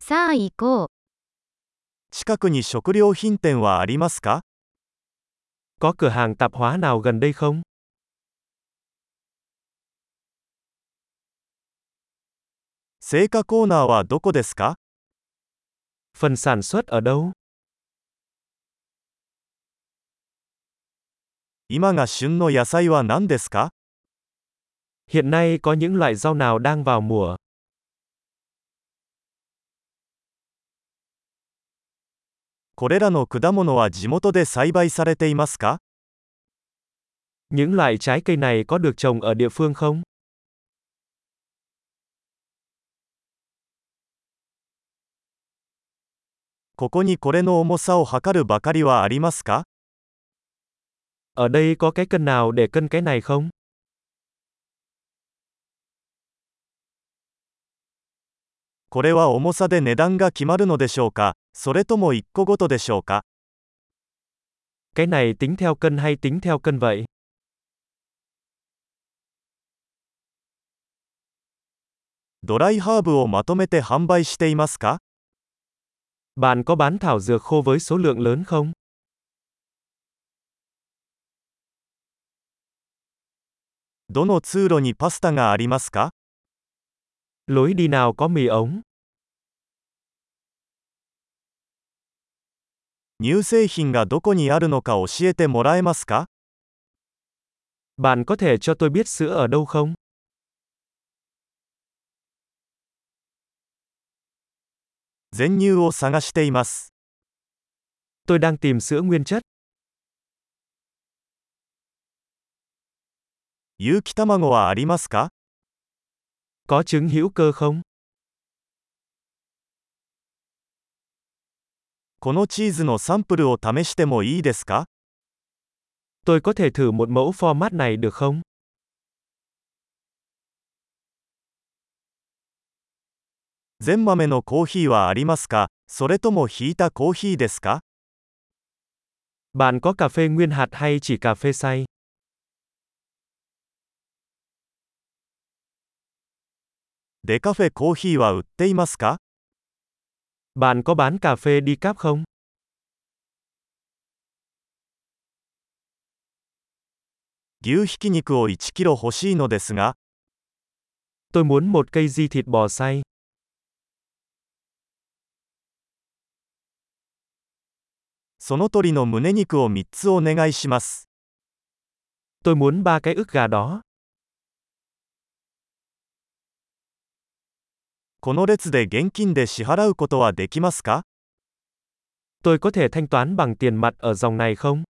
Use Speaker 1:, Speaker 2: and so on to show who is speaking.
Speaker 1: さあ行こう。
Speaker 2: 近くに食料品店はありますか
Speaker 3: Có cửa hàng tạp hóa nào gần đây không?
Speaker 2: 青果コーナーはどこですか
Speaker 3: Phần sản xuất ở đâu?
Speaker 2: 今が旬の野菜は何ですか
Speaker 3: Hiện nay có những loại rau nào đang vào mùa?
Speaker 2: これらの果物は地元で栽培されていますか
Speaker 3: Những loại trái cây này có được trồng ở địa phương không?
Speaker 2: ここにこれの重さを測るばかりはありますか
Speaker 3: Ở đây có cái cân nào để cân cái này không?
Speaker 2: これは重さで値段が決まるのでしょうかそれとも1個ごとでしょうか
Speaker 3: Cái này tính theo cân hay tính theo cân vậy?
Speaker 2: ドライハーブをまとめて販売していますか
Speaker 3: Bạn có bán thảo dược khô với số lượng lớn không?
Speaker 2: どの通路にパスタがありますか
Speaker 3: Lối đi nào có mì ống?
Speaker 2: 乳製品がどこにあるのか教えてもらえますか
Speaker 3: Bạn có thể cho tôi biết sữa ở đâu không?
Speaker 2: 全乳を探しています
Speaker 3: Tôi đang tìm sữa nguyên chất.
Speaker 2: 有機卵はありますか
Speaker 3: Có trứng hữu cơ không?
Speaker 2: このチーズのサンプルを試してもいいですか
Speaker 3: Tôi có thể thử một mẫu format này được không?
Speaker 2: 全豆のコーヒーはありますかそれともひいたコーヒーですか
Speaker 3: Bạn có cà phê nguyên hạt hay chỉ cà phê xay?
Speaker 2: デカフェコーヒーは売っていますか
Speaker 3: Bạn có bán cà phê đi cáp không?
Speaker 2: 牛ひき肉を1キロ欲しいのですが
Speaker 3: Tôi muốn một cây di thịt bò xay.
Speaker 2: その鳥の胸肉を3つお願いします
Speaker 3: Tôi muốn ba cái ức gà đó.
Speaker 2: この列で現金で支払うことはできますか
Speaker 3: Tôi có thể thanh toán bằng tiền mặt ở dòng này không?